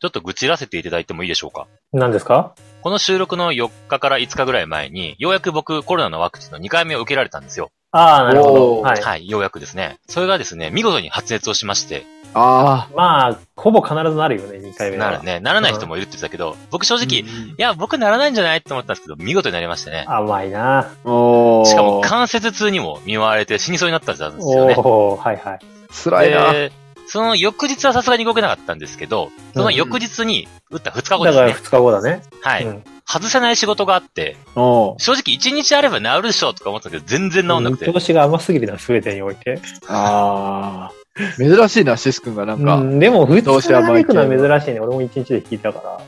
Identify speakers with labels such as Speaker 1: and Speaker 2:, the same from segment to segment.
Speaker 1: ちょっと愚痴らせていただいてもいいでしょうか
Speaker 2: 何ですか
Speaker 1: この収録の4日から5日ぐらい前に、ようやく僕コロナのワクチンの2回目を受けられたんですよ。
Speaker 2: ああ、なるほど。
Speaker 3: おー
Speaker 2: はい。
Speaker 1: はい、ようやくですね。それがですね、見事に発熱をしまして、
Speaker 3: あ
Speaker 2: まあ、ほぼ必ずなるよね、2回目は。
Speaker 1: なる。ね、ならない人もいるって言ってたけど、僕正
Speaker 3: あ。
Speaker 1: 直、いや、僕ならないんじゃないって思ったんですけど、見事になりましてね。
Speaker 2: 甘いな。
Speaker 3: おー
Speaker 1: しかも関節痛にも見舞われて死にそうになったんですよね。
Speaker 2: おおはいはい。
Speaker 3: 辛いな。
Speaker 1: でその翌日はさすがに動けなかったんですけど、その翌日に打った2日後で
Speaker 2: だ
Speaker 1: す
Speaker 2: から
Speaker 1: ね。
Speaker 2: 2日後だね。
Speaker 1: はい、
Speaker 2: うん
Speaker 1: 外せない仕事があって、
Speaker 3: おー
Speaker 1: 正直1日あれば治るでしょうとか思ってたけど、全然治んなくて。
Speaker 2: 見通しが甘すぎるな、すべてにおいて。
Speaker 3: ああ。珍しいな、シス君がなん
Speaker 2: う
Speaker 3: か。
Speaker 2: ん、でも、普
Speaker 3: どう
Speaker 2: 通
Speaker 3: して
Speaker 2: に
Speaker 3: 甘
Speaker 2: 行
Speaker 3: い系
Speaker 2: く
Speaker 3: は
Speaker 2: のは珍しいね。俺も1日で聞いたから。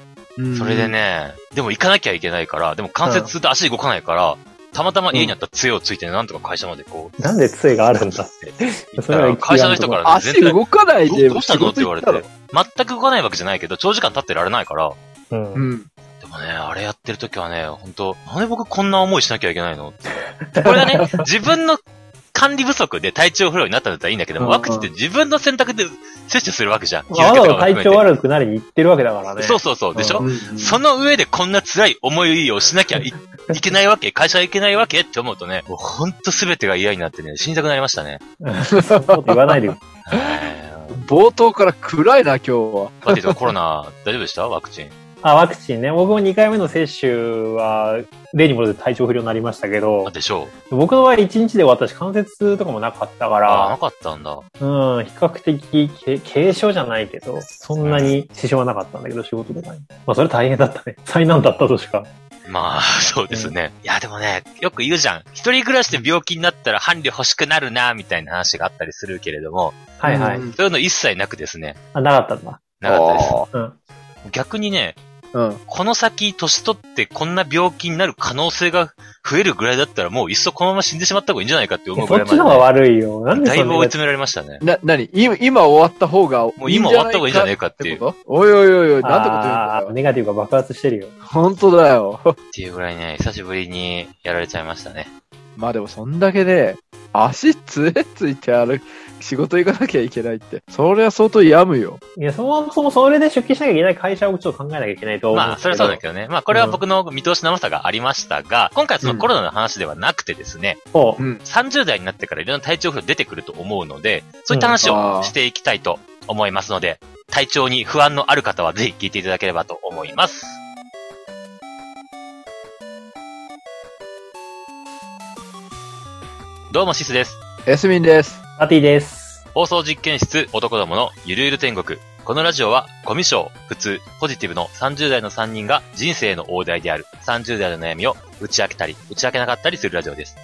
Speaker 3: うん
Speaker 1: それで。ね、でも行かなきゃいけないから、でも関節痛で足動かないから、たまたま家にあった杖をついてね、なんとか会社までこう。
Speaker 2: なんで杖があるんだ
Speaker 1: って言っ
Speaker 2: そ
Speaker 1: た
Speaker 2: れは
Speaker 1: ら、
Speaker 2: 一番
Speaker 1: 会社の人からね、全
Speaker 3: 足
Speaker 1: 然
Speaker 3: 動かないで。
Speaker 1: どどうしたのって言われて
Speaker 3: 仕事行っ、
Speaker 1: 全く動かないわけじゃないけど、長時間立ってられないから、
Speaker 2: う
Speaker 3: たの。
Speaker 2: ん。
Speaker 3: うん。
Speaker 1: でもね、あれやってる時はね、本当なんで僕こんな思いしなきゃいけないのって。これが ね、自分の管理不足で体調不良になったんだったらいいんだけど
Speaker 3: うん
Speaker 1: も、
Speaker 3: うん
Speaker 1: ワクチンって自分の選択で接種するわけじゃん。
Speaker 2: まあわざわざ体調
Speaker 1: ある
Speaker 2: 悪くなりに行ってるわけだからね。
Speaker 1: そうそうそう、でしょ、
Speaker 2: う
Speaker 1: その上でこんな辛い思いをしなきゃいいけないわけ、会社はいけないわけって思うとね、もうほんと全てが嫌になってね、死にたくなりましたね。
Speaker 2: そんなこと言わないでよ。
Speaker 1: はい
Speaker 3: 冒頭から暗いな、今日は。
Speaker 1: パティとコロナ大丈夫でしたワクチン。
Speaker 2: あ、ワクチンね。僕も2回目の接種は、例にもよって体調不良になりましたけ
Speaker 1: あ
Speaker 2: ど、
Speaker 1: でしょう
Speaker 2: 僕の場合1日で私関節痛とかもなかったか
Speaker 1: あな
Speaker 2: ら、
Speaker 1: かったんだ。
Speaker 2: うん、比較的け軽症じゃないけど、そんなに支障はなかったんだけど、仕事とかに。まあそれ大変だったね。 災難だったとしか。
Speaker 1: まあ、 そうですね。いや、でもね、よく言うじゃん。一人暮らしで病気になったら伴侶欲しくなるな、みたいな話があったりするけれども、
Speaker 2: はいはい。
Speaker 3: うん
Speaker 1: そういうの一切なくですね。
Speaker 2: あ、なかったんだ。
Speaker 1: なかったです。
Speaker 2: うん。
Speaker 1: 逆にね、
Speaker 3: あーうん。
Speaker 1: この先、年取ってこんな病気になる可能性が増えるぐらいだったら、もういっそこのまま死んでしまった方がいいんじゃないかって思うぐ
Speaker 2: そ
Speaker 1: らい
Speaker 2: っ
Speaker 1: ま
Speaker 2: ち
Speaker 1: で
Speaker 2: の方が悪いよ。なん
Speaker 1: ね、
Speaker 2: でそ
Speaker 1: だ
Speaker 2: ん
Speaker 1: い
Speaker 2: な
Speaker 1: ぶ追い詰められましたね。
Speaker 3: な、なに今、今終わった方が
Speaker 1: もう
Speaker 3: いいん
Speaker 1: 今
Speaker 3: じ
Speaker 1: 終
Speaker 3: ゃ
Speaker 1: わっ
Speaker 3: ない
Speaker 1: た方がいいんじゃねえ
Speaker 3: か
Speaker 1: かってい
Speaker 3: っ
Speaker 1: う。
Speaker 3: てことおいおいおいおい、なんてこと言
Speaker 2: あー
Speaker 3: うんだよ。
Speaker 2: ネガティブが爆発してるよ。
Speaker 3: 本当だよ。
Speaker 1: っていうぐらいね、久しぶりにやられちゃいましたね。
Speaker 3: まあでもそんだけね、足つえついて歩く、仕事行かなきゃいけないって。それは相当病むよ。
Speaker 2: いや、そもそもそれで出勤しなきゃいけない会社をちょっと考えなきゃいけないと思う。
Speaker 1: まあ、それはそうだけどね。まあ、これは僕の見通しの甘さがありましたが、今回はそのコロナの話ではなくてですね、
Speaker 2: ど。そ
Speaker 3: うん。
Speaker 1: 30代になってからいろんな体調不良出てくると思うので、そういった話をしていきたいと思いますので、体調に不安のある方はぜひ聞いていただければと思います。どうもシスです。
Speaker 3: エスミンです。
Speaker 2: う。パティです。
Speaker 1: 放送実験室男どものゆるゆる天国。このラジオは、コミュ障、普通、ポジティブの30代の3人が人生の大台である30代の悩みを打ち明けたり、打ち明けなかったりするラジオです。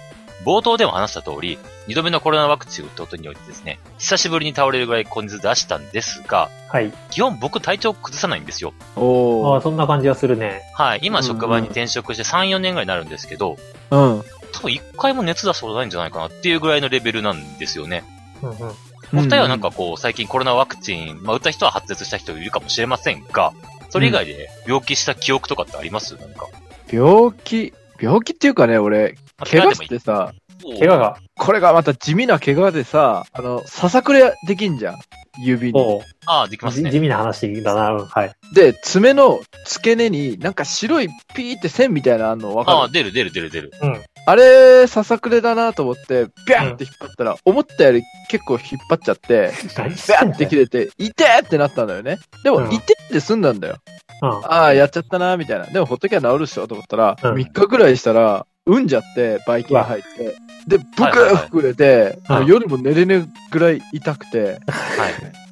Speaker 1: 冒頭でも話した通り、2度目のコロナワクチンを打ったことによってですね、久しぶりに倒れるぐらい根熱出したんですが、
Speaker 2: はい。
Speaker 1: 基本僕体調崩さないんですよ。
Speaker 3: お
Speaker 2: ああ、
Speaker 3: ー。
Speaker 2: そんな感じがするね。
Speaker 1: はい。今
Speaker 3: うんうん
Speaker 1: 職場に転職して3、4年ぐらいになるんですけど、
Speaker 3: うん。
Speaker 1: 多分1回も熱出したことないんじゃないかなっていうぐらいのレベルなんですよね。
Speaker 2: うんうん。
Speaker 1: お二人はなんかこう、最近コロナワクチン、まあ、打った人は発熱した人いるかもしれませんが、それ以外で病気した記憶とかってありますなんか。
Speaker 3: 病気、病気っていうかね、俺、
Speaker 1: まあ
Speaker 3: 怪
Speaker 1: で
Speaker 3: 我
Speaker 1: もい
Speaker 3: し
Speaker 1: い
Speaker 3: てさ、
Speaker 2: 怪我が。
Speaker 3: これがまた地味な怪我でさ、あの、ささくれできんじゃん。指に。
Speaker 2: おう
Speaker 1: ああ、できます
Speaker 2: じ
Speaker 1: ね。
Speaker 2: 地味な話だな。うん、はい。
Speaker 3: で、爪の付け根になんか白いピーって線みたいなのあんのわ
Speaker 1: あ
Speaker 3: か
Speaker 1: あ、
Speaker 3: る
Speaker 1: 出る出る出る出る。
Speaker 2: うん。
Speaker 3: あれ、ささくれだなと思って、ビャンって引っ張ったら、思ったより結構引っ張っちゃ って、
Speaker 2: 何
Speaker 3: ビ
Speaker 2: して
Speaker 3: ャ
Speaker 2: ん
Speaker 3: ンって切
Speaker 2: る。
Speaker 3: れて、痛えってなったんだよね。で
Speaker 2: う
Speaker 3: も、
Speaker 2: ん
Speaker 3: 痛えって済んだんだよ。
Speaker 2: うん。
Speaker 3: ああ、やっちゃったなみたいな。でも、ほっときゃ治るっしょと思ったら、
Speaker 2: うん
Speaker 3: 3日くらいしたら、うんじゃって、バイキン入って。で、ブクー膨れて、
Speaker 2: はいはいはい
Speaker 3: もう夜も寝れねえぐらい痛くて。
Speaker 1: はい。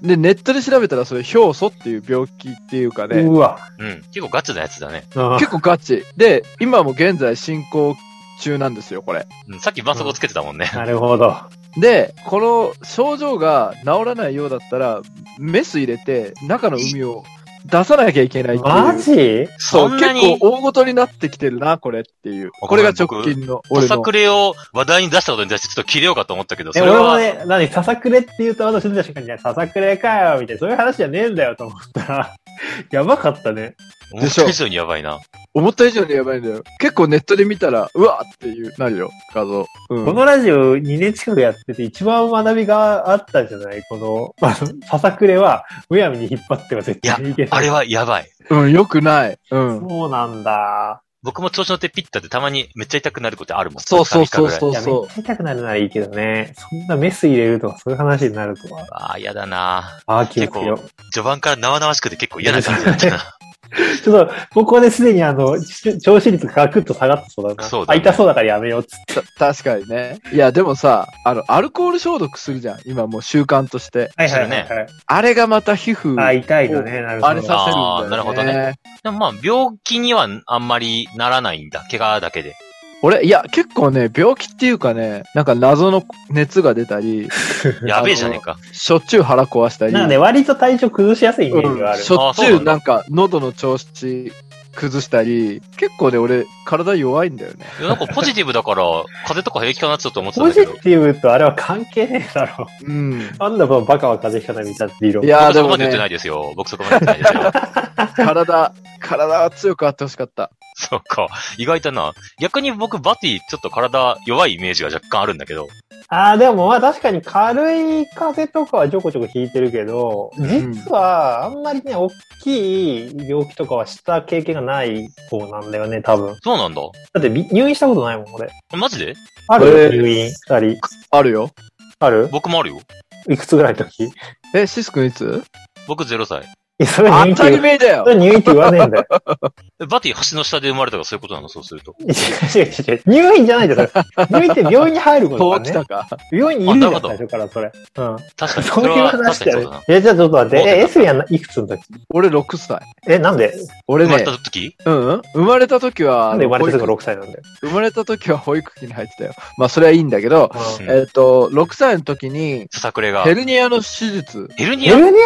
Speaker 3: で、ネットで調べたら、それ、表素っていう病気っていうかね、
Speaker 2: うわ。
Speaker 1: うん。結構ガチなやつだね。
Speaker 2: うん
Speaker 3: 結構ガチ。で、今も現在進行中なんですよ、これ。
Speaker 1: うん、さっき絆創膏つけてたもんね。
Speaker 2: なるほど。
Speaker 3: で、この症状が治らないようだったら、メス入れて、中の海を出さなきゃいけないっていう。
Speaker 2: マジ
Speaker 3: そ、
Speaker 1: そうん
Speaker 3: 結
Speaker 1: なに
Speaker 3: 構、大ごとになってきてるな、これっていう。
Speaker 1: ご
Speaker 3: こ
Speaker 1: め
Speaker 3: れ
Speaker 1: ん
Speaker 3: が直近の、
Speaker 1: お
Speaker 3: 俺
Speaker 1: さ
Speaker 3: の
Speaker 1: く。れを話題に出したことに対してちょっと切れようかと思ったけど、そ
Speaker 2: え、
Speaker 1: れ
Speaker 2: 俺も
Speaker 1: は、
Speaker 2: ね、何、ささくれって言うと、あの、死ん だ瞬間にね、ささくれかよ、みたいな、そういう話じゃねえんだよ、と思ったら、やばかったね。
Speaker 1: 思った以上にやばいな。
Speaker 3: 思った以上にやばいんだよ。結構ネットで見たら、うわーっていう、なるよ、画像。うん。
Speaker 2: このラジオ2年近くやってて一番学びがあったじゃないこの、まあ、ささくれは、むやみに引っ張っては絶対にいけない。
Speaker 1: あれはやばい。
Speaker 3: うん、よくない。うん。
Speaker 2: そうなんだ。
Speaker 1: 僕も調子乗ってピッタでたまにめっちゃ痛くなることあるもん。
Speaker 3: そうそうそう
Speaker 1: う。
Speaker 3: そう
Speaker 2: いや、めっ
Speaker 3: そう。
Speaker 2: ちゃ痛くなるならいいけどね。そんなメス入れるとかそういう話になるとは。
Speaker 1: ああ、嫌だな
Speaker 2: ああ、気持ちよ。
Speaker 1: 序盤から生々しくて結構嫌な感じになっちゃうな。
Speaker 2: ちょっと、もうここですでにあの、ち調子率ガクッと下がってそうだな。
Speaker 1: そうだね
Speaker 2: あ、痛そうだからやめようっつって。
Speaker 3: た確かにね。いや、でもさ、あの、アルコール消毒するじゃん。今もう習慣として。
Speaker 2: はい
Speaker 1: はいはい
Speaker 2: い。
Speaker 3: あれがまた皮膚、
Speaker 2: あ、痛いのね。なる
Speaker 3: あ
Speaker 2: ほ
Speaker 3: れ
Speaker 2: ど。
Speaker 3: させるんだよ、ね。
Speaker 1: あーなるほどね。でもまあ、病気にはあんまりならないんだ。怪我だけで。
Speaker 3: 俺、いや、結構ね、病気っていうかね、なんか謎の熱が出たり、
Speaker 1: やべえじゃねえか。
Speaker 3: しょっちゅう腹壊した り、
Speaker 2: なんかね、割と体調崩しやすいイメージが
Speaker 3: う
Speaker 2: あ
Speaker 3: ん、
Speaker 2: る。
Speaker 3: しょっち
Speaker 1: あそう
Speaker 3: ゅ
Speaker 1: な
Speaker 3: うん
Speaker 1: だ
Speaker 3: なんか喉の調子崩したり、結構ね、俺、体弱いんだよね。
Speaker 1: いやなんかポジティブだから、 風邪とか平気かなってちょっと思ってたんだ
Speaker 2: ポ
Speaker 1: け
Speaker 2: ジ
Speaker 1: ど。
Speaker 2: ティブとあれは関係ねえだろ。
Speaker 3: うん。
Speaker 2: なんだこのバカは風邪ひかないみたいな理論。
Speaker 3: いやー
Speaker 1: 僕
Speaker 3: で
Speaker 1: そこま
Speaker 3: も
Speaker 1: で言ってな
Speaker 3: ね、
Speaker 1: いですよ。僕そこまで言ってないですよ。
Speaker 3: 体、体は強くあってほしかった。
Speaker 1: そうか。意外だな。逆に僕、バティ、ちょっと体弱いイメージが若干あるんだけど。
Speaker 2: ああ、でもまあ確かに軽い風邪とかはちょこちょこ引いてるけど、実はあんまりね、大きい病気とかはした経験がない方なんだよね、多分。
Speaker 1: そうなんだ。
Speaker 2: だってび入院したことないもん、俺。
Speaker 1: マジで
Speaker 2: ある、
Speaker 3: えー
Speaker 2: 入院したり。
Speaker 3: あるよ。
Speaker 2: ある
Speaker 1: 僕もあるよ。
Speaker 2: いくつぐらいの時
Speaker 3: え、シス君いつ
Speaker 1: 僕0歳。
Speaker 2: えそれ入院
Speaker 3: 当
Speaker 2: って
Speaker 3: たり
Speaker 2: 言う、
Speaker 3: 前だよ
Speaker 2: それ入院って言わねえんだよ。
Speaker 1: えバティ、橋の下で生まれたとかそういうことなのそうすると。
Speaker 2: 違う違う違う。入院じゃないじゃん、それ。入院って病院に入ること
Speaker 3: 遠
Speaker 2: だ
Speaker 3: 来
Speaker 2: ね
Speaker 3: た。か。
Speaker 2: 病院にいるじゃん、
Speaker 1: あなるほど
Speaker 2: 最初から、それ。うん。
Speaker 1: 確かに。
Speaker 2: そ
Speaker 1: そうれ
Speaker 2: いう
Speaker 1: は確かに
Speaker 2: 話
Speaker 1: そう
Speaker 2: だ
Speaker 1: だ
Speaker 2: よ
Speaker 1: な
Speaker 2: ね。。え、じゃあちょっと待って。え、
Speaker 1: もう
Speaker 2: エスリアないくつの時
Speaker 3: 俺6歳。
Speaker 2: え、なんで
Speaker 3: 俺
Speaker 1: 生まれ
Speaker 3: ね
Speaker 1: た、時
Speaker 3: うんうん、生まれた時は、
Speaker 2: なんで生まれてすぐ
Speaker 3: 保育
Speaker 2: 6歳なんだよ。
Speaker 3: 生まれた時は保育器に入ってたよ。まあ、それはいいんだけど、
Speaker 2: うん
Speaker 1: うん
Speaker 3: えっ、と、6歳の時に、
Speaker 1: ささくれが
Speaker 3: ヘ。ルニアの手術。
Speaker 1: ヘルニ
Speaker 2: ヘ
Speaker 1: ア
Speaker 2: ルニ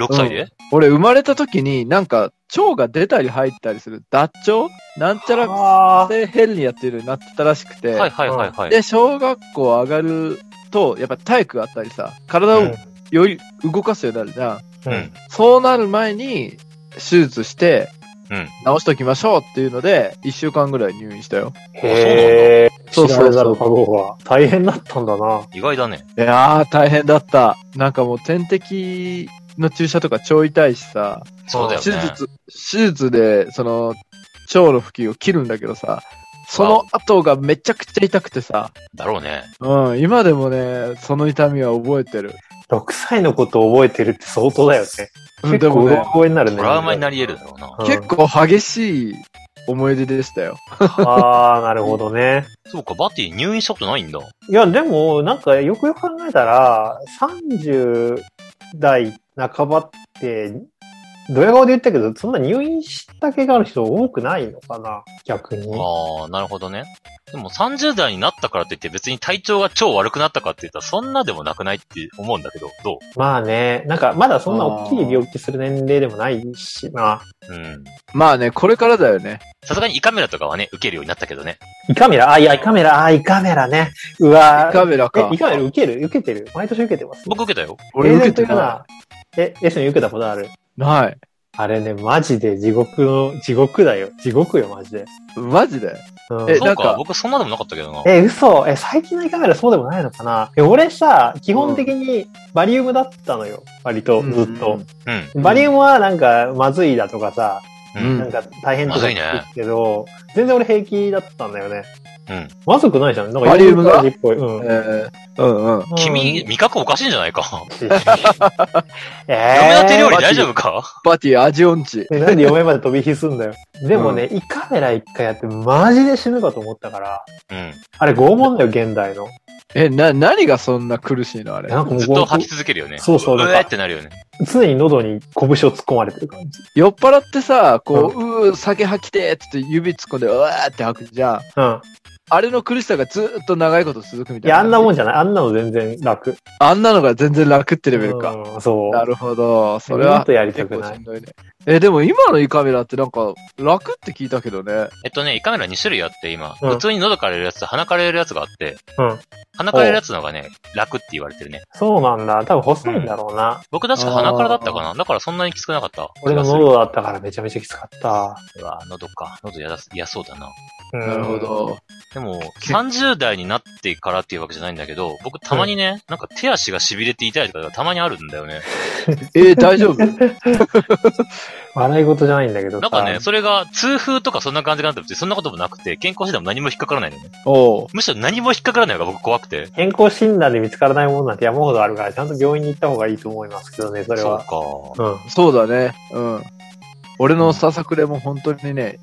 Speaker 1: ?6 歳で
Speaker 3: 俺、生まれた時に、なんか、腸が出たり入ったりする、脱腸なんちゃ
Speaker 2: ア
Speaker 3: ら、
Speaker 2: あー
Speaker 3: 性ヘルニアっていうのになってたらしくて、
Speaker 1: はいはいはいはい。
Speaker 3: で、小学校上がると、やっぱ体育があったりさ、体をより動かすようになるじゃん。
Speaker 2: うん
Speaker 1: うん
Speaker 3: そうなる前に、手術して、
Speaker 1: うん
Speaker 3: 治しときましょうっていうので、1週間ぐらい入院したよ。
Speaker 2: へぇ
Speaker 3: そう
Speaker 2: 知
Speaker 3: なんだ
Speaker 2: られざる過去は。大変だったんだな。
Speaker 1: 意外だね。
Speaker 3: いやー、大変だった。なんかもう点滴の注射とか超痛いしさ、
Speaker 1: そうだよ
Speaker 3: 手
Speaker 1: ね。
Speaker 3: 術、手術で、その、腸の付近を切るんだけどさ、その後がめちゃくちゃ痛くてさ、
Speaker 1: だろうね。
Speaker 3: うん、今でもね、その痛みは覚えてる。
Speaker 2: 6歳のことを覚えてるって相当だよね。
Speaker 3: うん、で
Speaker 2: 結
Speaker 3: も
Speaker 2: 構うろ
Speaker 3: ね、
Speaker 2: 覚えになるね。
Speaker 1: トラウマになり得るだろうな。
Speaker 2: うん
Speaker 3: 結構激しい思い出でしたよ。
Speaker 2: ああ、なるほどね。
Speaker 1: そうか、バティ入院したことないんだ。
Speaker 2: いや、でも、なんか、よくよく考えたら、30代半ばって、ドヤ顔で言ったけど、そんな入院した気がある人多くないのかな逆に。
Speaker 1: ああ、なるほどね。でも30代になったからといって別に体調が超悪くなったかって言ったらそんなでもなくないって思うんだけど、どう
Speaker 2: まあね、なんか、まだそんな大きい病気する年齢でもないしな。
Speaker 1: うん。
Speaker 3: まあね、これからだよね。
Speaker 1: さすがに胃カメラとかはね、受けるようになったけどね。
Speaker 2: 胃カメラあ、いや、胃カメラあ、胃カメラね。うわ
Speaker 3: 胃カメラ
Speaker 2: え
Speaker 3: か、
Speaker 2: 胃。カメラ受ける受けてる毎年受けてます。
Speaker 1: 僕受けたよ。
Speaker 3: 俺受けて
Speaker 2: エージェントユ
Speaker 3: な
Speaker 2: ナえ、S に受けたことある
Speaker 3: い。ない。
Speaker 2: あれね、マジで地獄の、地獄だよ。地獄よ、マジで。
Speaker 3: マジで
Speaker 2: うん
Speaker 3: え
Speaker 1: そう
Speaker 3: なん
Speaker 1: か
Speaker 3: か、
Speaker 1: 僕そんなでもなかったけどな。
Speaker 2: え、嘘。え、最近の胃カメラそうでもないのかなえ、俺さ、基本的にバリウムだったのよ。割と、ずっと。
Speaker 1: うん。
Speaker 2: バリウムはなんか、まずいだとかさ、
Speaker 1: う
Speaker 3: うん
Speaker 1: ん。
Speaker 2: なんか大変とか
Speaker 1: まずい
Speaker 2: 聞
Speaker 1: ね
Speaker 2: くけど、全然俺平気だったんだよね。
Speaker 1: うん。
Speaker 2: まずくないじゃん。なんか
Speaker 3: バリウムが
Speaker 2: 40っぽい。うん。
Speaker 3: えー、うんうん。
Speaker 1: 君、
Speaker 2: うん、
Speaker 1: 味覚おかしいんじゃないか。
Speaker 2: え
Speaker 1: 嫁の手料
Speaker 2: ー
Speaker 1: 理大丈夫か
Speaker 3: パティ、味音痴。
Speaker 2: えなんで嫁まで飛び火すんだよ。でもね、胃カメラ一回やってマジで死ぬかと思ったから、
Speaker 1: うん。
Speaker 2: あれ拷問だよ、現代の。
Speaker 3: え、な、何がそんな苦しいのあれ。
Speaker 2: なんかもう
Speaker 1: ずっと吐き続けるよね。
Speaker 2: そうそう
Speaker 1: う
Speaker 2: なんか
Speaker 1: えーってなるよね。
Speaker 2: 常に喉に拳を突っ込まれてる感じ。
Speaker 3: 酔っ払ってさ、こう、うー、酒吐きてーっつって指突っ込んで、うわーって吐くじゃん。
Speaker 2: うん。
Speaker 3: あれの苦しさがずっと長いこと続くみた
Speaker 2: い
Speaker 3: いな。
Speaker 2: や、あんなもん
Speaker 3: ん。
Speaker 2: じゃない。あんなの全然楽。
Speaker 3: あんなのが全然楽ってレベルか。
Speaker 2: うんそう。
Speaker 3: なるほど。それ
Speaker 2: も
Speaker 3: は
Speaker 2: っとやりた
Speaker 3: 結
Speaker 2: く
Speaker 3: 構
Speaker 2: な
Speaker 3: し
Speaker 2: い
Speaker 3: ん。どいね。え、でも今の胃カメラってなんか楽って聞いたけどね。
Speaker 1: えっとね、胃カメラ2種類あって、今。
Speaker 2: うん
Speaker 1: 普通に喉から入れるやつと鼻から入れるやつがあって、
Speaker 2: うん
Speaker 1: 鼻から入れるやつの方がね、楽って言われてるね。
Speaker 2: そうなんだ。多分細いんだろうな。
Speaker 1: 僕確か鼻からだったかなだからそんなにきつくなかった。
Speaker 2: 俺の
Speaker 1: 気がする
Speaker 2: 喉だったからめちゃめちゃきつかった。
Speaker 1: うわ喉か。喉やだ、嫌そうだな。
Speaker 2: うん
Speaker 3: なるほ。ど。
Speaker 1: でも、30代になってからっていうわけじゃないんだけど、僕たまにね、なんか手足が痺れて痛いとかがたまにあるんだよね。
Speaker 3: えー、大丈夫
Speaker 2: 笑い事じゃないんだけどさ。
Speaker 1: なんかね、それが痛風とかそんな感じかなと思って、そんなこともなくて、健康診断も何も引っかからないのね。
Speaker 3: おう
Speaker 1: むしろ何も引っかからないのが僕怖くて。
Speaker 2: 健康診断で見つからないものなんて山ほどあるから、ちゃんと病院に行った方がいいと思いますけどね、それは。
Speaker 1: そうか。
Speaker 2: うん。
Speaker 3: そうだね。うん。俺のささくれも本当にね、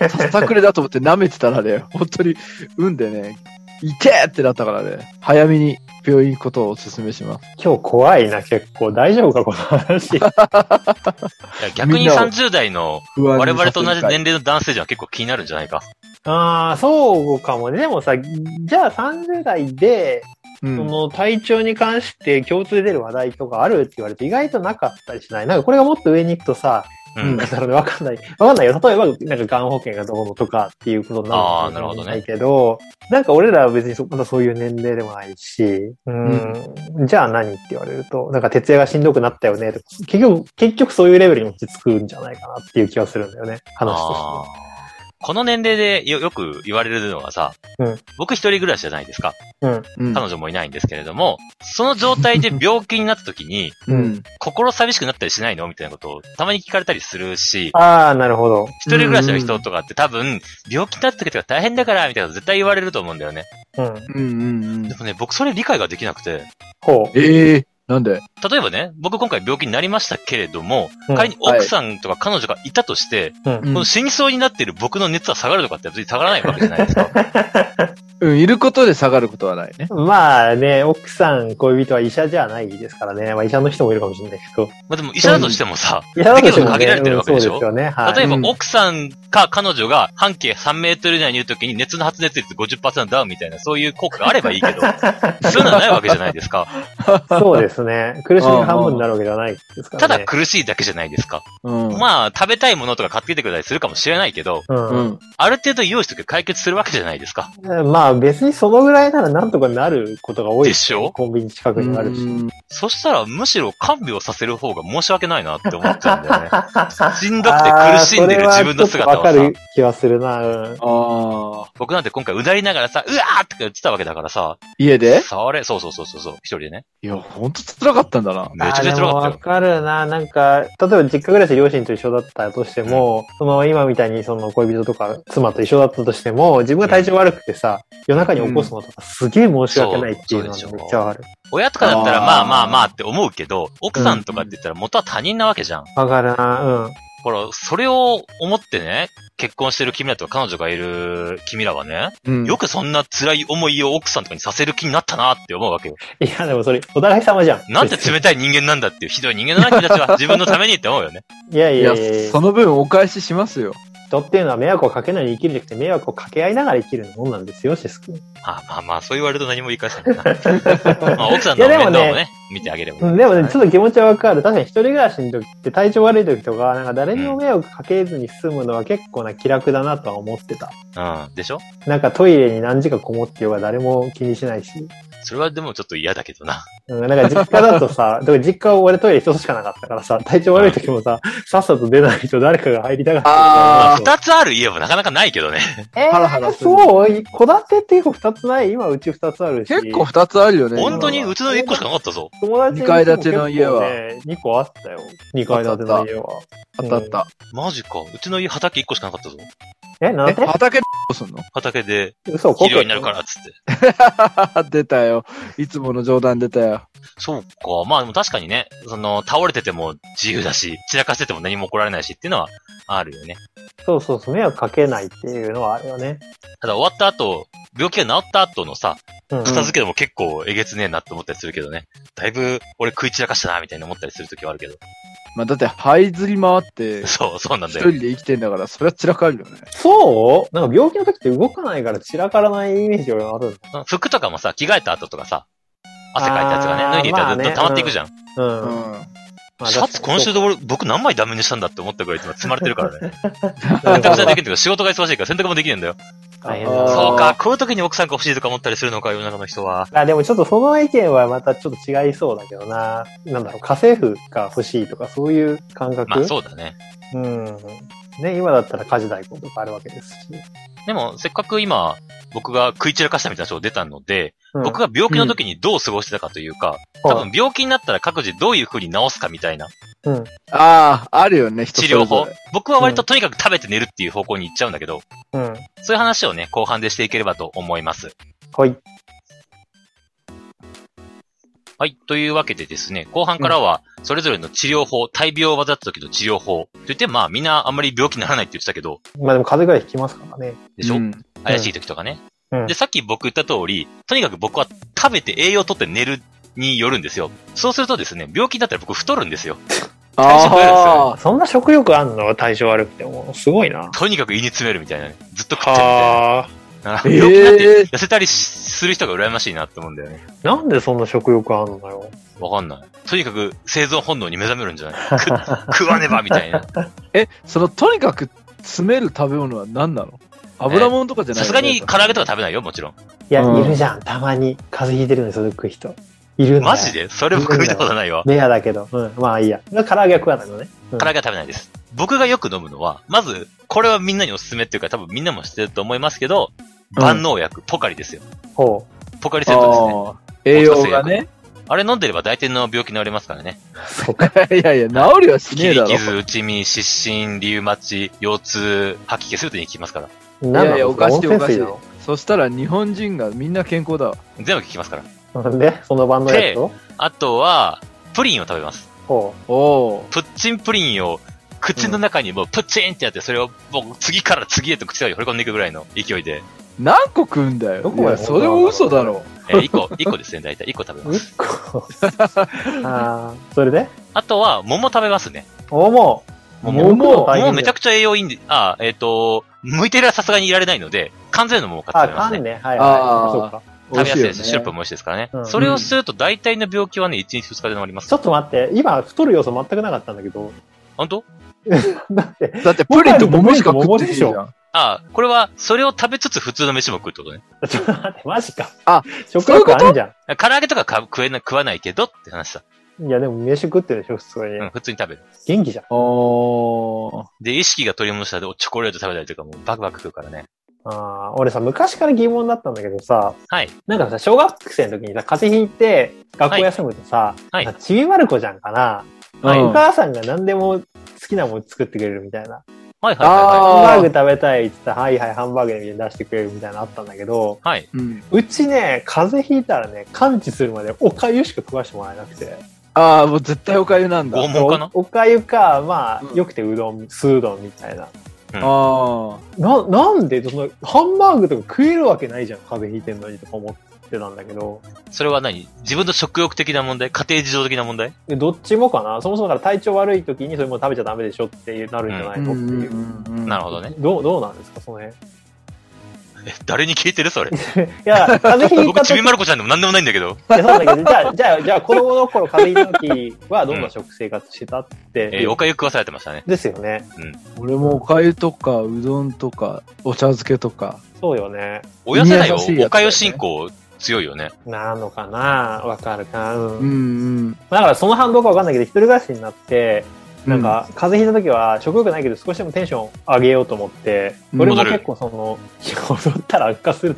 Speaker 3: ささくれだと思って舐めてた らね、本当に、うんでね、痛えってなったからね、早めに病院行くことをお勧めします。
Speaker 2: 今日怖いな、結構。大丈夫か、この 話。
Speaker 1: いや逆
Speaker 3: みん
Speaker 1: に
Speaker 3: なを
Speaker 1: 30代の
Speaker 3: 不安に
Speaker 1: 我々と同
Speaker 3: させ
Speaker 1: じ
Speaker 3: る会
Speaker 1: 年齢の男性じゃ結構気になるんじゃないか。
Speaker 2: ああ、そうかもね。でもさ、じゃあ30代で、
Speaker 3: うん
Speaker 2: その体調に関して共通で出る話題とかあるって言われて意外となかったりしない。なんかこれがもっと上に行くとさ、
Speaker 1: う
Speaker 3: うん
Speaker 1: ん。
Speaker 2: なんだろうね、わかんない。 わかんないよ。例えば、なんか、がん保険がどうのとかっていうことになる
Speaker 1: あー
Speaker 2: か
Speaker 1: なるほ
Speaker 2: もし
Speaker 1: ど
Speaker 2: れ
Speaker 1: ね
Speaker 2: ないけど、なんか俺らは別にそ、まだそういう年齢でもないし、うん、じゃあ何って言われると、なんか徹夜がしんどくなったよねとか、結局、結局そういうレベルに落ち着くんじゃないかなっていう気はするんだよね、話
Speaker 1: あ
Speaker 2: と
Speaker 1: ーこの年齢でよよく言われるのはさ、
Speaker 2: うん
Speaker 1: 僕一人暮らしじゃないですか。
Speaker 3: うん
Speaker 1: 彼女もいないんですけれども、その状態で病気になった時に、
Speaker 3: うん。
Speaker 1: 心寂しくなったりしないのみたいなことをたまに聞かれたりするし
Speaker 2: して。、ああ、なるほど。
Speaker 1: 一人暮らしの人とかって多分、病気になった時とか大変だから、みたいなこと絶対言われると思うんだよね。
Speaker 2: うん。
Speaker 3: うんうんうん
Speaker 1: で。もね、僕それ理解ができなくて、
Speaker 2: ほう。
Speaker 3: ええー、なんで
Speaker 1: 例えばね、僕今回病気になりましたけれども、
Speaker 2: うん
Speaker 1: 仮に奥さんとか彼女がいたとして、
Speaker 2: うん
Speaker 1: この死にそうになってる僕の熱は下がるとかって別に下がらないわけじゃない ですか。
Speaker 3: うん、いることで下がることはないね。
Speaker 2: まあね、奥さん、恋人は医者じゃないですからね。まあ医者の人もいるかもしれないけど。
Speaker 1: まあでも医者だとしてもさ、
Speaker 2: 医者だとし
Speaker 1: だけ
Speaker 2: て
Speaker 1: ど
Speaker 2: もね
Speaker 1: 限られてるわけでしょ
Speaker 2: うんそうですよね。はい。
Speaker 1: 例えば
Speaker 3: うん
Speaker 1: 奥さんか彼女が半径3メートル以内にいるときに熱の発熱率50%ダウンみたいなそういう効果があればいいけ ど、そういうのはないわけじゃないですか。
Speaker 2: そうですね。苦しみが半分になるわけではないですか
Speaker 1: ただ
Speaker 2: らね。
Speaker 1: 苦しいだけじゃないですか。
Speaker 3: うん。
Speaker 1: まあ食べたいものとか買ってきてくれたりするかもしれないけど、
Speaker 2: うん
Speaker 3: う。ん。
Speaker 1: ある程度用意しとけば解決するわけじゃないですか。
Speaker 2: まあ別にそのぐらいならなんとかなることが多い
Speaker 1: でしょ
Speaker 2: コンビニ近くにあるし。
Speaker 1: そしたらむしろ看病させる方が申し訳ないなって思っちゃうんだよね。
Speaker 2: あ
Speaker 1: しんどくて
Speaker 2: ー
Speaker 1: 苦しんでる自分の姿をさ
Speaker 2: それはちょっとわかる、気はするな。うん
Speaker 3: ああ。
Speaker 1: 僕なんて今回うなりながらさ、うわーって言ってたわけだからさ、
Speaker 3: 家で
Speaker 1: それ、そうそうそうそうそう、一人でね。
Speaker 3: いや、ほんと辛かったんだな。
Speaker 1: めちゃめちゃ辛
Speaker 2: あーで
Speaker 1: か
Speaker 2: もわ
Speaker 1: ったよ。
Speaker 2: かるな。なんか、例えば実家暮らしで両親と一緒だったとしても、その今みたいにその恋人とか妻と一緒だったとしても、自分が体調悪くてさ、夜中に起こすのとかすげえ申し訳ないっていうのは
Speaker 1: そう
Speaker 2: めっちゃわかる。
Speaker 1: 親とかだったら
Speaker 3: あー
Speaker 1: まあまあまあって思うけど、奥さんとかって言ったら元は他人なわけじゃん。
Speaker 2: わかるな。うん。
Speaker 1: ほら、それを思ってね、結婚してる君らとか彼女がいる君らはね、
Speaker 3: うん
Speaker 1: よくそんな辛い思いを奥さんとかにさせる気になったなって思うわ けよ。
Speaker 2: いや、でもそれ、お互い様じゃん。
Speaker 1: なんて冷たい人間なんだっていうひどい人間だな君 たちは自分のためにって思うよね。
Speaker 2: いやい
Speaker 3: い
Speaker 2: や
Speaker 3: や
Speaker 2: いやいや、
Speaker 3: その分お返ししますよ。
Speaker 2: 人っていうのは迷惑をかけないで生きるんじゃなくて、迷惑をかけ合いながら生きるもんなんですよ、シス君。
Speaker 1: あまあまあ、そう言われると何も言い返せないな。 まあ奥さんの
Speaker 2: い
Speaker 1: 面
Speaker 2: やで
Speaker 1: 倒も
Speaker 2: もね
Speaker 1: ね、見てあげればいい。
Speaker 2: うんでもね、
Speaker 3: はい
Speaker 2: ちょっと気持ちはわかる。確かに一人暮らしの時って体調悪い時とか、なんか誰にも迷惑かけずに済むのは結構な気楽だなとは思ってた。
Speaker 1: うん。でしょ
Speaker 2: なんかトイレに何時間こもってようが誰も気にしないし。
Speaker 1: それはでもちょっと嫌だけどな。
Speaker 2: うん、なんか実家だと さ、だから実家は俺トイレ一つしかなかったからさ、体調悪い時もさ、さっさと出ないと誰かが入りたかったみ
Speaker 3: あ
Speaker 2: たいな。
Speaker 1: 二つある家はなかなかないけどね。
Speaker 2: えー
Speaker 3: ハラハラする
Speaker 2: そう戸建てって結構二つない今うち二つあるし。
Speaker 3: 結構二つあるよね。
Speaker 1: 本当にうちの一個しかなかったぞ。
Speaker 2: 友達
Speaker 3: 二階建ての家は
Speaker 2: 2個あったよ。2階建ての家は。
Speaker 3: あったあった。
Speaker 1: マジか。うちの家畑一個しかなかったぞ。
Speaker 2: え、なん
Speaker 3: え、
Speaker 2: で
Speaker 3: 畑どうすんの
Speaker 1: 畑で、
Speaker 2: 嘘、
Speaker 1: 肥料になるから、っつって。
Speaker 3: 出たよ。いつもの冗談出たよ。
Speaker 1: そうか。まあでも確かにね、その、倒れてても自由だし、散らかしてても何も怒られないしっていうのはあるよね。
Speaker 2: そうそうそう、迷惑かけないっていうのはあるよね。
Speaker 1: ただ終わった後、病気が治った後のさ、
Speaker 2: うん
Speaker 1: 片付けでも結構えげつねえなって思ったりするけどね。だいぶ俺食い散らかしたな、みたいに思ったりするときはあるけど。
Speaker 3: まあ、だって、這いずり回って、
Speaker 1: そう、そうなん
Speaker 3: 一
Speaker 1: だよ
Speaker 3: 人。で生きてんだから、それは辛かいよね。
Speaker 2: そうなんか病気の時って動かないから散らからないイメージ俺はある
Speaker 1: 服とかもさ、着替えた後とかさ、汗かいたやつがね
Speaker 2: あ、ー
Speaker 1: 脱いでいたらずっ
Speaker 2: まあ
Speaker 1: と
Speaker 2: ね
Speaker 1: 溜まっていくじゃん。
Speaker 2: の。うんま
Speaker 3: う。ん。
Speaker 2: あ
Speaker 1: シャツ今週で俺、僕何枚ダメにしたんだって思ったぐらい今積まれてる からね。
Speaker 2: な
Speaker 1: 洗
Speaker 2: る
Speaker 1: 濯
Speaker 2: ほ
Speaker 1: じ
Speaker 2: ど
Speaker 1: ゃできるけど仕事が忙しいから洗濯もできねえんだよ。
Speaker 2: 大変
Speaker 3: あ
Speaker 2: だ
Speaker 3: ー
Speaker 1: そうか、こういう時に奥さんが欲しいとか思ったりするのか、世の中の人は。
Speaker 2: あでもちょっとその意見はまたちょっと違いそうだけどな。なんだろう、家政婦が欲しいとかそういう感覚、
Speaker 1: まあそうだね。
Speaker 2: う。ん。ね、今だったら家事代行とかあるわけですし。
Speaker 1: でも、せっかく今、僕が食い散らかしたみたいな人出たので、
Speaker 2: うん
Speaker 1: 僕が病気の時にどう過ごしてたかというか、多分病気になったら各自どういう風に治すかみたいな
Speaker 2: うん。
Speaker 3: ああ、あるよね、人
Speaker 1: 治
Speaker 3: それ
Speaker 1: 療
Speaker 3: ぞ
Speaker 1: 法
Speaker 3: れ。。
Speaker 1: 僕は割ととにかく食べて寝るっていう方向に行っちゃうんだけど、
Speaker 2: うん。
Speaker 1: そういう話をね、後半でしていければと思います。
Speaker 2: はい。
Speaker 1: はい。というわけでですね、後半からは、それぞれの治療法、大病を患った時の治療法。といって、まあ、みんなあんまり病気にならないって言ってたけど、
Speaker 2: まあでも風邪ぐらい引きますからね。
Speaker 1: でしょ、
Speaker 3: うん
Speaker 1: 怪しい時とかね。
Speaker 2: うん
Speaker 1: で、。さっき僕言った通り、とにかく僕は食べて栄養をとって寝るによるんですよ。そうするとですね、病気だったら僕太るんですよ。
Speaker 3: ああ、
Speaker 2: そんな食欲あんの体調悪くても。すごいな。
Speaker 1: とにかく胃に詰めるみたいなね。ずっと食ってるみたい
Speaker 2: はあ。
Speaker 1: な。だか
Speaker 3: ー
Speaker 1: ら病気になっ
Speaker 3: え
Speaker 1: て
Speaker 3: ー
Speaker 1: 痩せたりしする人が羨ましいなって思うんだよね。
Speaker 2: なんでそんな食欲あんのだよ。
Speaker 1: わかんない。とにかく生存本能に目覚めるんじゃないく食わねばみたいな。
Speaker 3: え、その、とにかく詰める食べ物は何なの油物とかじゃ
Speaker 1: さ
Speaker 3: ない
Speaker 1: す
Speaker 3: よ
Speaker 1: が
Speaker 3: ね
Speaker 1: に唐揚げとか食べないよ、もちろん。
Speaker 2: いや、
Speaker 3: う
Speaker 2: い
Speaker 3: ん
Speaker 2: るじゃん。たまに風邪ひいてるのにそれ食う人。いるんだよ
Speaker 1: マジでそれ僕見たことないわ。
Speaker 2: レアだけど。うん。まあいいや。唐揚げは食わないのね。うん
Speaker 1: 唐揚げは食べないです。僕がよく飲むのは、まず、これはみんなにおすすめっていうか多分みんなも知ってると思いますけど、
Speaker 3: うん
Speaker 1: 万能薬、ポカリですよ。
Speaker 2: ほ
Speaker 1: ポカリセットですね。
Speaker 3: あー栄養がね。
Speaker 1: あれ飲んでれば大体の病気治りますからね。
Speaker 2: う。そうか。
Speaker 3: いやいや、治りはしね
Speaker 1: 切
Speaker 3: え
Speaker 1: り
Speaker 3: だろ。
Speaker 1: 傷、内身、湿疹、リウマチ、腰痛、吐き気するとに効きますから。
Speaker 2: い
Speaker 3: いやいや、おかしいおかしい。そしたら日本人がみんな健康だわ。
Speaker 1: 全部効きますから。
Speaker 2: なんで、そのバンドやつを
Speaker 1: あとは、プリンを食べます。
Speaker 2: ほ
Speaker 3: おお
Speaker 1: プッチンプリンを、口の中にもうプッチンってやって、それをもう次から次へと口の中に掘り込んでいくぐらいの勢いで、
Speaker 3: ー。何個食うんだよ。
Speaker 2: どこま
Speaker 3: い
Speaker 2: で
Speaker 3: やそれも嘘だろ。
Speaker 1: え1個、一個ですね、大体。1個食べ
Speaker 2: う。
Speaker 1: ます。
Speaker 2: 1個。あーそれで
Speaker 1: あとは、桃食べますね。
Speaker 2: おも
Speaker 3: 桃大
Speaker 1: 桃めちゃ
Speaker 2: くち
Speaker 1: くちゃ栄養いいんで、あ、えっ、と、剥いてるはさすがにいられないので、完全の桃を買っ
Speaker 2: あ、
Speaker 1: て食べます
Speaker 2: 缶
Speaker 1: ね。
Speaker 2: ね。はい
Speaker 3: あー
Speaker 2: はい。そうか。
Speaker 3: 美
Speaker 1: 食べ
Speaker 3: 味
Speaker 1: やす
Speaker 3: し
Speaker 1: い
Speaker 3: よ
Speaker 1: で
Speaker 3: ね
Speaker 1: すし、シロップも美味しいですからね。
Speaker 2: うん
Speaker 1: それをすると大体の病気はね、1日2日で治ります
Speaker 2: ちょ。っと待って、今、太る要素全くなかったんだけど。
Speaker 1: 本当
Speaker 2: だって、
Speaker 3: だってプリンと桃しか食ってないじ
Speaker 2: プリン
Speaker 3: ゃ
Speaker 2: と桃でし
Speaker 3: ん。
Speaker 1: ああ、これは、それを食べつつ普通の飯も食うってことね。
Speaker 2: ちょっと待って、マジか。
Speaker 3: あ、
Speaker 2: 食欲あるじゃ
Speaker 1: 唐揚げとかか食えな、食わないけどって話さ。
Speaker 2: ん。いや、でも飯食ってるでしょ、普通
Speaker 1: うん、
Speaker 2: に。
Speaker 1: 普通に食べる。
Speaker 2: 元気じゃん。
Speaker 3: おー。
Speaker 1: で、意識が取り戻したらチョコレート食べたりとかもバクバク食うからね。
Speaker 2: あー俺さ、昔から疑問だったんだけどさ、
Speaker 1: はい。
Speaker 2: なんかさ、小学生の時にさ、風邪ひいて、学校休むとさ、
Speaker 1: はいは
Speaker 2: あちびまる子ちゃんかな、
Speaker 1: はい
Speaker 3: うん
Speaker 2: お母さんが何でも好きなもの作ってくれるみたいな。
Speaker 1: はいはいは
Speaker 2: ハンバー
Speaker 3: あ
Speaker 2: グ食べたいって言ったら、はいはい、ハンバーグでみたいなの出してくれるみたいなのあったんだけど、
Speaker 1: い。はい。
Speaker 3: ーうん
Speaker 2: うちね、風邪ひいたらね、完治するまでおかゆしか食わしてもらえなくて。
Speaker 3: あー、もう絶対おかゆなんだ。
Speaker 1: 拷
Speaker 3: あ
Speaker 1: 問かな
Speaker 2: おおかゆか、まあ、
Speaker 3: うん
Speaker 2: よくてうどん、酢うどんみたいな。
Speaker 3: あ。
Speaker 2: な、なんで、その、ハンバーグとか食えるわけないじゃん、風邪ひいてんのにとか思ってたんだけど。
Speaker 1: それは何自分の食欲的な問題家庭事情的な問題
Speaker 2: でどっちもかなそもそもだから体調悪い時にそれも食べちゃダメでしょってなるんじゃないのっていう。
Speaker 1: な
Speaker 3: な
Speaker 1: るほどね。
Speaker 2: どう、どうなんですか、その辺。い
Speaker 1: え、誰に聞いてるそれ。
Speaker 2: や、風邪ひい
Speaker 1: 僕、
Speaker 2: た
Speaker 1: ち
Speaker 2: 時
Speaker 1: びまる子ちゃんでも何でもないんだけど。
Speaker 2: いやそうだけど、じゃ あ、じゃあ、じゃあ、子供の頃風邪ひいた時はどんな食生活してたって。
Speaker 1: えーおかゆ食わされてましたね。
Speaker 2: ですよね。
Speaker 3: 俺もおかゆとか、うどんとか、お茶漬けとか。
Speaker 2: そうよね。
Speaker 1: 親世代は
Speaker 3: 優しいやつだよね
Speaker 1: おかゆ信仰強いよね。
Speaker 2: なのかなわかるか、うん
Speaker 3: うんうん。
Speaker 2: だからその反動かわかんないけど、一人暮らしになって、なん
Speaker 3: う、
Speaker 2: か、風邪ひいた時は食欲ないけど少しでもテンション上げようと思って、
Speaker 3: うん
Speaker 2: 俺も
Speaker 1: 戻る
Speaker 2: 結構その、いや踊ったら悪化する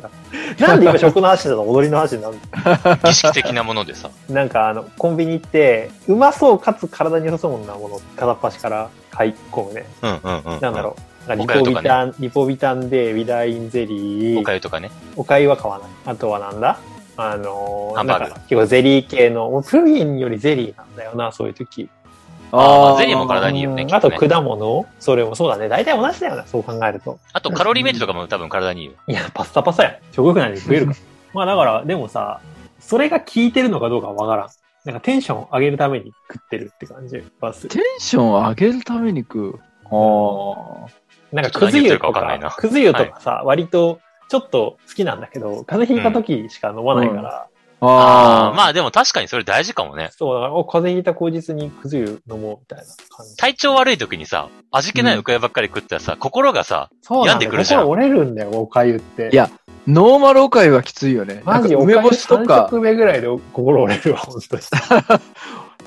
Speaker 2: な。なんで今食の話だと踊りの話になるの
Speaker 1: 儀式的なものでさ。
Speaker 2: なんかあの、コンビニ行って、うまそうかつ体に良さそうなもの、片っ端から買い込むね。
Speaker 1: うんうんうんうん。
Speaker 2: なんだろう。なんか
Speaker 1: お粥
Speaker 2: リ
Speaker 1: と
Speaker 2: ポ
Speaker 1: か
Speaker 2: ビ
Speaker 1: ね
Speaker 2: タン、リポビタンで、ウィダインゼリ
Speaker 1: おか
Speaker 2: ー、
Speaker 1: ゆとかね。
Speaker 2: おかゆは買わない。あとはなんだあのー
Speaker 1: ハンバーグ
Speaker 2: なんか結構ゼリー系の、もうプリンよりゼリーなんだよな、そういう時。
Speaker 1: あーまあ
Speaker 3: ー
Speaker 1: ゼリーも体にいいよね
Speaker 2: うん
Speaker 1: きっ
Speaker 2: あ
Speaker 1: と
Speaker 2: と
Speaker 1: ね
Speaker 2: 果物それもそうだね。大体同じだよな、そう考えると。
Speaker 1: あと、カロリーメイトとかも多分体にいいよ。
Speaker 2: いや、パスタパスタや。食欲ないで食えるかまあだから、でもさ、それが効いてるのかどうかはわからん。なんかテンションを上げるために食ってるって感じはする。
Speaker 3: テンションを上げるために食う。ああ。
Speaker 2: なんかくず湯
Speaker 1: ちょっと何言ってるかわ
Speaker 2: と
Speaker 1: かんないな
Speaker 2: か、くず湯とかさ、割とちょっと好きなんだけど、風邪ひいた時しか飲まないから、
Speaker 1: あ
Speaker 3: あ
Speaker 1: あ、
Speaker 3: あ、
Speaker 1: まあでも確かにそれ大事かもね。
Speaker 2: そう、だから、お風邪ひいた口実にくず湯飲もうみたいな感じ。
Speaker 1: 体調悪い時にさ、味気ないおかゆばっかり食ったらさ、心がさ、
Speaker 2: そうなん
Speaker 1: 病ん
Speaker 2: だ
Speaker 1: で
Speaker 2: よ。
Speaker 1: くるじゃん
Speaker 2: 心折れるんだよ、おかゆって。
Speaker 3: いやノーマルおかゆはきついよね。
Speaker 2: マジ
Speaker 3: な
Speaker 2: お
Speaker 3: んか
Speaker 2: かゆ
Speaker 3: 梅干しと
Speaker 2: 3
Speaker 3: か、
Speaker 2: 食目ぐらいで心折れるわ、本当に。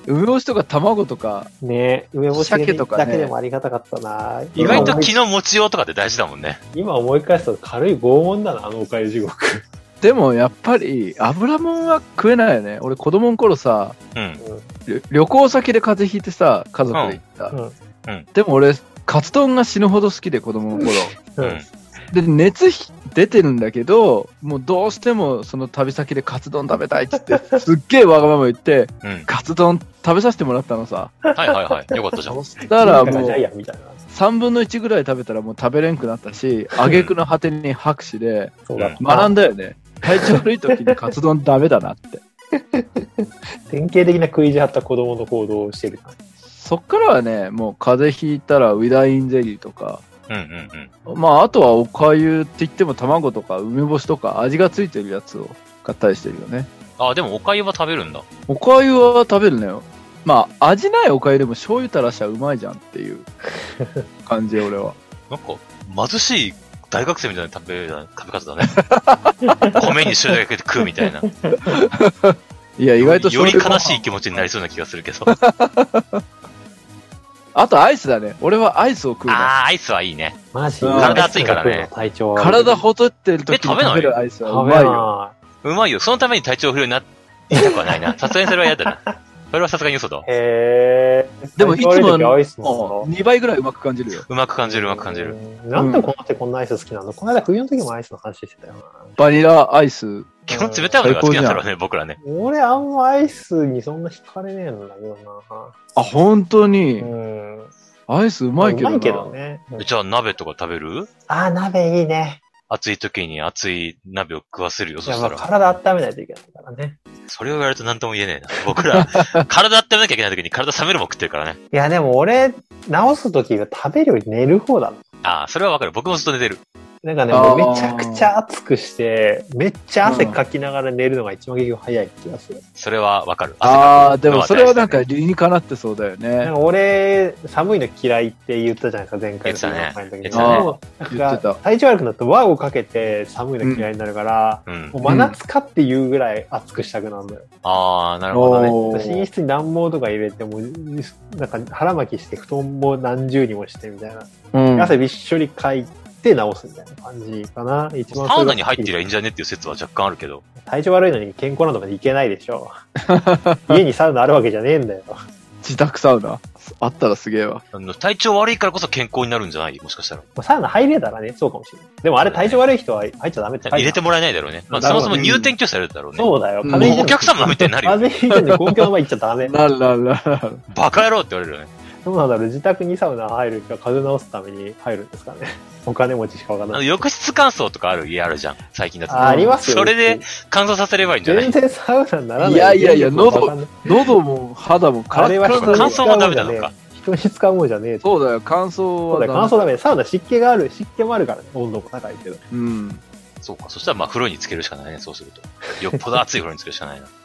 Speaker 3: 梅干しとか卵とか、
Speaker 2: ね梅干し
Speaker 3: 鮭とかね
Speaker 2: だけでもありがたかったな、
Speaker 1: 意外と
Speaker 2: 今思い
Speaker 1: 気の持ちようとかって大事だもんね。
Speaker 2: 今思い返すと軽い拷問だな、あのおかゆ地獄。
Speaker 3: でもやっぱり油もんは食えないよね。俺子供の頃さ、
Speaker 1: うん。
Speaker 3: 旅旅行先で風邪ひいてさ、家族で行った。
Speaker 2: うん
Speaker 1: うん
Speaker 3: でも俺、カツ丼が死ぬほど好きで子供の 頃。
Speaker 2: う
Speaker 1: うん
Speaker 2: ん。
Speaker 3: で、熱ひ出てるんだけど、もうどうしてもその旅先でカツ丼食べたいって言って、すっげえわがまま言って、
Speaker 1: うん。
Speaker 3: カツ丼食べさせてもらったのさ。
Speaker 1: はいはいはい。よかったじゃん。
Speaker 3: そしたら
Speaker 2: いいか
Speaker 3: も
Speaker 2: ら
Speaker 3: う
Speaker 2: ジャイアンみたいな。
Speaker 3: 3分の1ぐらい食べたらもう食べれんくなったし、挙句の果てに拍手で
Speaker 2: そうだった。
Speaker 3: 学んだよね。体調悪い時にカツ丼ダメだなって。
Speaker 2: 典型的な食い地張った子供の行動をしてる。
Speaker 3: そっからはね、もう風邪ひいたらウィダーインゼリーとか、
Speaker 1: うんうんうん。
Speaker 3: まああとはおかゆって言っても卵とか梅干しとか味がついてるやつを買ったりしてるよね。
Speaker 1: あ、でもおかゆは食べるんだ。
Speaker 3: おかゆは食べるのよ。まあ味ないおかゆでも醤油垂らしちゃうまいじゃんっていう感じ俺は。
Speaker 1: なんか、貧しい大学生みたいな食べ、食べ方だ ね。米に塩だけ食うみたいな。
Speaker 3: いや意外と
Speaker 1: より悲し
Speaker 3: い。
Speaker 1: い気持ちになりそうな気がするけど。
Speaker 3: あとアイスだね。俺はアイスを食うの。
Speaker 1: あー、アイスはいいね。
Speaker 2: マジ
Speaker 3: うん体
Speaker 1: 熱いからね
Speaker 2: 体調悪い
Speaker 3: 体ほとってる時
Speaker 1: え
Speaker 3: に
Speaker 1: 食べない
Speaker 3: 食べるアイスは
Speaker 2: 食べ
Speaker 3: うま
Speaker 2: ないい
Speaker 3: よ。
Speaker 1: うまいよ。そのために体調不良になっていたくはない な。さすがにそれは嫌だな。それはさすがに嘘だわ。
Speaker 2: へえ。
Speaker 3: でもいつも
Speaker 2: 体調悪時アイス飲
Speaker 3: もう
Speaker 2: むの
Speaker 3: 2倍ぐらいうまく感じるよ。
Speaker 1: うまく感じる、うまく感じる。。
Speaker 2: うんなんでこの手こんなアイス好きなのこの間冬の時もアイスの話してたよな。
Speaker 3: バニラアイス。
Speaker 1: 基本冷たいものが好きなんだろうね、僕らね。
Speaker 2: 俺あんまアイスにそんな惹かれねえんだけど
Speaker 3: あ、本当
Speaker 2: な。
Speaker 3: に
Speaker 2: う。ん。う
Speaker 3: アイスうまいけどな。
Speaker 2: ね。うん
Speaker 1: じゃあ鍋とか食べる
Speaker 2: あー、鍋いいね。
Speaker 1: 暑い時に熱い鍋を食わせるよ、
Speaker 2: い
Speaker 1: そ
Speaker 2: や
Speaker 1: し
Speaker 2: ま
Speaker 1: た
Speaker 2: あ
Speaker 1: ら。
Speaker 2: 体温めないといけないからね。
Speaker 1: それを言われると何とも言えねえな。僕ら、 体温めなきゃいけない時に体冷めるもん食ってるからね。
Speaker 2: いや、でも俺、直すときが食べるより寝る方だ
Speaker 1: ああ、それはわかる。僕もずっと寝てる。
Speaker 2: な。なんかね、
Speaker 3: あー
Speaker 2: もうめちゃくちゃ暑くして、めっちゃ汗かきながら寝るのが一番結局早い気がする。
Speaker 1: それはわかる。
Speaker 3: ああ、
Speaker 1: 汗
Speaker 3: で
Speaker 1: かくの
Speaker 3: も
Speaker 1: は
Speaker 3: それはなんか理にかなってそうだよ
Speaker 2: なん
Speaker 3: ね。
Speaker 2: か俺、寒いの嫌いって言ったじゃないですか、前回の
Speaker 1: 言ってたね
Speaker 2: の時
Speaker 1: 言って
Speaker 3: たね
Speaker 2: もう
Speaker 3: 言
Speaker 2: な
Speaker 3: っ
Speaker 2: ん
Speaker 3: てた
Speaker 2: か体調悪くなって輪をかけて寒いの嫌いになるから、
Speaker 1: 大事だねうん。
Speaker 2: もう真夏かっていうぐらい暑くしたくなるのよ。
Speaker 1: ああ、なるほどね。
Speaker 3: お
Speaker 2: 寝
Speaker 3: ー
Speaker 2: 室に暖房とか入れても、なんか腹巻きして布団も何重にもしてみたいな。
Speaker 3: うん
Speaker 2: 汗びっしょりかいて直すみたいな感じかな。一番
Speaker 1: サウナに入ってりゃいいん
Speaker 2: ゃ
Speaker 1: じゃねっていう説は若干あるけど。
Speaker 2: 体調悪いのに健康なんとかで行けないでしょ。 家にサウナあるわけじゃねえんだよ。
Speaker 3: 自宅サウナ。あったらすげえわ。
Speaker 1: あの体調悪いからこそ健康になるんじゃないもしかしたら。
Speaker 2: サウナ入れたらね、そうかもしれない。でもあれ体調悪い人は入っちゃダメって書いてある
Speaker 1: 入れてもらえないだろうね。まあ、
Speaker 2: だ
Speaker 1: そ
Speaker 2: ろう
Speaker 1: も
Speaker 2: ね
Speaker 1: そも入店拒否されるだろうね。
Speaker 2: そうだよ。
Speaker 3: うん
Speaker 1: もうお客様みたいになるよ
Speaker 2: 風邪ひいてんで公共の場行っちゃ ダメ。
Speaker 3: なるなるなる。
Speaker 1: バカ野郎って言われるよね。
Speaker 2: どうなんだろう、自宅にサウナ入るか風邪治すために入るんですかね。お金持ちしかわかん
Speaker 1: あ
Speaker 2: な
Speaker 1: の、
Speaker 2: い。
Speaker 1: 浴室乾燥とかある家あるじゃん。最近だと。
Speaker 2: あありますよ。
Speaker 1: それで乾燥させればいいんじゃない
Speaker 2: 全然サウナにならない。
Speaker 3: いやいやいや
Speaker 2: わかんない
Speaker 3: 喉も肌もカ
Speaker 2: あ
Speaker 3: ラ
Speaker 2: れ
Speaker 3: ッ
Speaker 2: は
Speaker 3: カ
Speaker 2: 人
Speaker 3: ラ
Speaker 2: に
Speaker 3: だよ
Speaker 1: 乾
Speaker 2: 使
Speaker 1: 燥
Speaker 2: う
Speaker 1: も
Speaker 2: もん
Speaker 1: ダメ
Speaker 2: じゃ
Speaker 1: な
Speaker 2: ね
Speaker 1: の
Speaker 2: え
Speaker 1: か。
Speaker 2: 人に使うもんじゃねえと
Speaker 3: そうだよ、乾燥
Speaker 2: そう
Speaker 3: は
Speaker 2: だ
Speaker 3: ダ
Speaker 2: よ、
Speaker 3: メ
Speaker 2: 乾燥ダメで、サウナ湿気がある、湿気もあるからね、温度も高いけど。
Speaker 3: うん。
Speaker 1: そうか。そしたらまあ風呂につけるしかないね。そうすると。よっぽど暑い風呂につけるしかないな。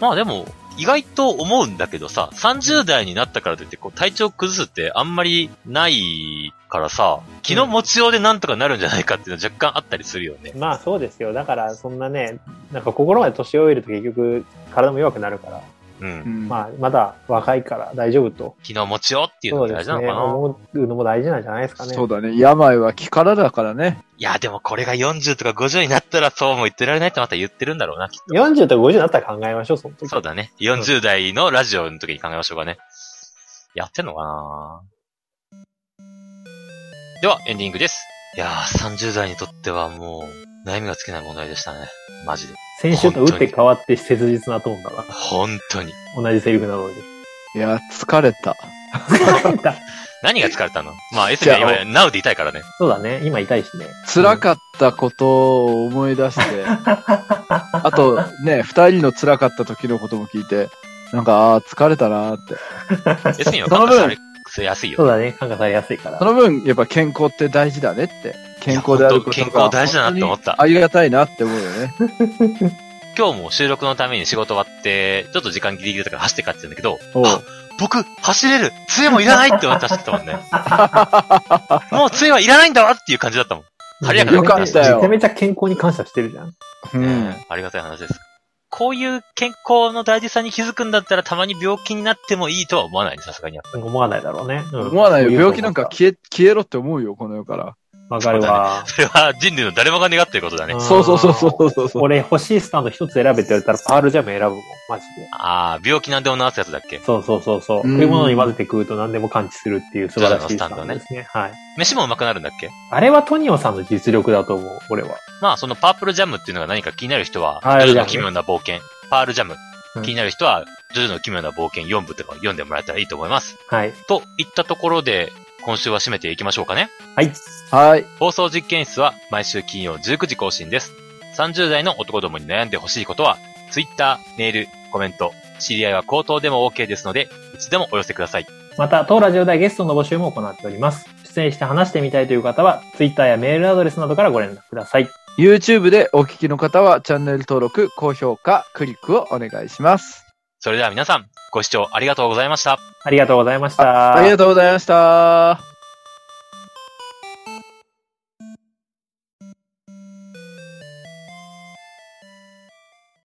Speaker 1: まあでも、意外と思うんだけどさ、30代になったからといって、こう体調崩すってあんまりないからさ、気の持ちようでなんとかなるんじゃないかっていうのは若干あったりするよね。
Speaker 2: まあそうですよ。だから、そんなね、なんか心まで年老いると結局、体も弱くなるから、
Speaker 1: う。
Speaker 3: うんん
Speaker 2: まあまだ若いから大丈夫と。
Speaker 1: 気の持ちようっていうの
Speaker 2: そ
Speaker 1: が大事
Speaker 2: うです
Speaker 1: なの
Speaker 2: ね。
Speaker 1: かな。
Speaker 2: 思うのも大事なんじゃないですかね。
Speaker 3: そうだね。病は気からだからね。
Speaker 1: いや、でもこれが40とか50になったらそうも言ってられないってまた言ってるんだろうな、きっと。
Speaker 2: 40と50になったら考えましょう、その時。
Speaker 1: そうだね。40代のラジオの時に考えましょうかね。やってんのかなでは、エンディングです。いやー、30代にとってはもう、悩みがつけない問題でしたね。マジで。
Speaker 2: 先週と打って変わって切実なトーンだな。
Speaker 1: 本当に。
Speaker 2: 同じセリフなのに。
Speaker 3: いや、疲れた。
Speaker 2: 疲れた。
Speaker 1: 何が疲れたのまあ、S が
Speaker 3: じゃあ
Speaker 1: 今、ナウで痛いからね。
Speaker 2: そうだね。今痛いしね。
Speaker 3: 辛かったことを思い出して、あとね、二人の辛かった時のことも聞いて、なんか、ああー、疲れたなーって。
Speaker 1: S には
Speaker 3: その
Speaker 1: 感化さ
Speaker 3: 分
Speaker 1: れ安い
Speaker 2: そう
Speaker 1: よ。
Speaker 2: だね。感化されやすいから
Speaker 3: そ。の分、やっぱ健康って大事だねって。健康であることが。
Speaker 1: いや本当健康大事だなって思った
Speaker 3: 本当にありがたいなって思うよね。
Speaker 1: 今日も収録のために仕事終わって、ちょっと時間ギリギリだから走って帰ってたんだけど、
Speaker 3: おう
Speaker 1: 僕、走れる杖もいらないって思って走ってたもんね。もう杖はいらないんだわっていう感じだったもん。晴れやか
Speaker 3: なよかったよ
Speaker 2: めちゃめちゃ健康に感謝してるじゃん。
Speaker 3: うん。
Speaker 1: ありがたい話です。こういう健康の大事さに気づくんだったらたまに病気になってもいいとは思わないね、さすがに。
Speaker 2: 思わないだろうね。うん
Speaker 3: 思わないよ。病気なんか消え、消えろって思うよ、この世から。
Speaker 2: わかるわ。
Speaker 1: それは人類の誰もが願っていることだね
Speaker 2: ん。
Speaker 3: そうそうそうそうそうそう。
Speaker 2: 俺欲しいスタンド一つ選べって言われたらパールジャム選ぶもん。マジで。
Speaker 1: ああ、病気なんでも治すやつだっけ
Speaker 2: そうそうそうそう。
Speaker 3: うん
Speaker 2: 食い物に混ぜて食うと何でも感知するっていう素晴らしいスタンドですね。はい。
Speaker 1: 飯もうまくなるんだっけ
Speaker 2: あれはトニオさんの実力だと思う、俺は。
Speaker 1: まあ、そのパープルジャムっていうのが何か気になる人は、
Speaker 2: はい
Speaker 1: ジョジョの奇妙な冒険、パールジャム
Speaker 2: う。ん
Speaker 1: 気になる人は、ジョジョの奇妙な冒険4部とか読んでもらえたらいいと思います。
Speaker 2: はい。
Speaker 1: といったところで、今週は締めていきましょうかね。
Speaker 2: はい。
Speaker 3: はい。
Speaker 1: 放送実験室は毎週金曜19時更新です。30代の男どもに悩んでほしいことは、Twitter、メール、コメント、知り合いは口頭でも OK ですので、いつでもお寄せください。
Speaker 2: また、当ラジオではゲストの募集も行っております。出演して話してみたいという方は、Twitter やメールアドレスなどからご連絡ください。
Speaker 3: YouTube でお聞きの方はチャンネル登録、高評価、クリックをお願いします。
Speaker 1: それでは皆さん、ご視聴ありがとうございました。
Speaker 2: ありがとうございました。
Speaker 3: ありがとうございました。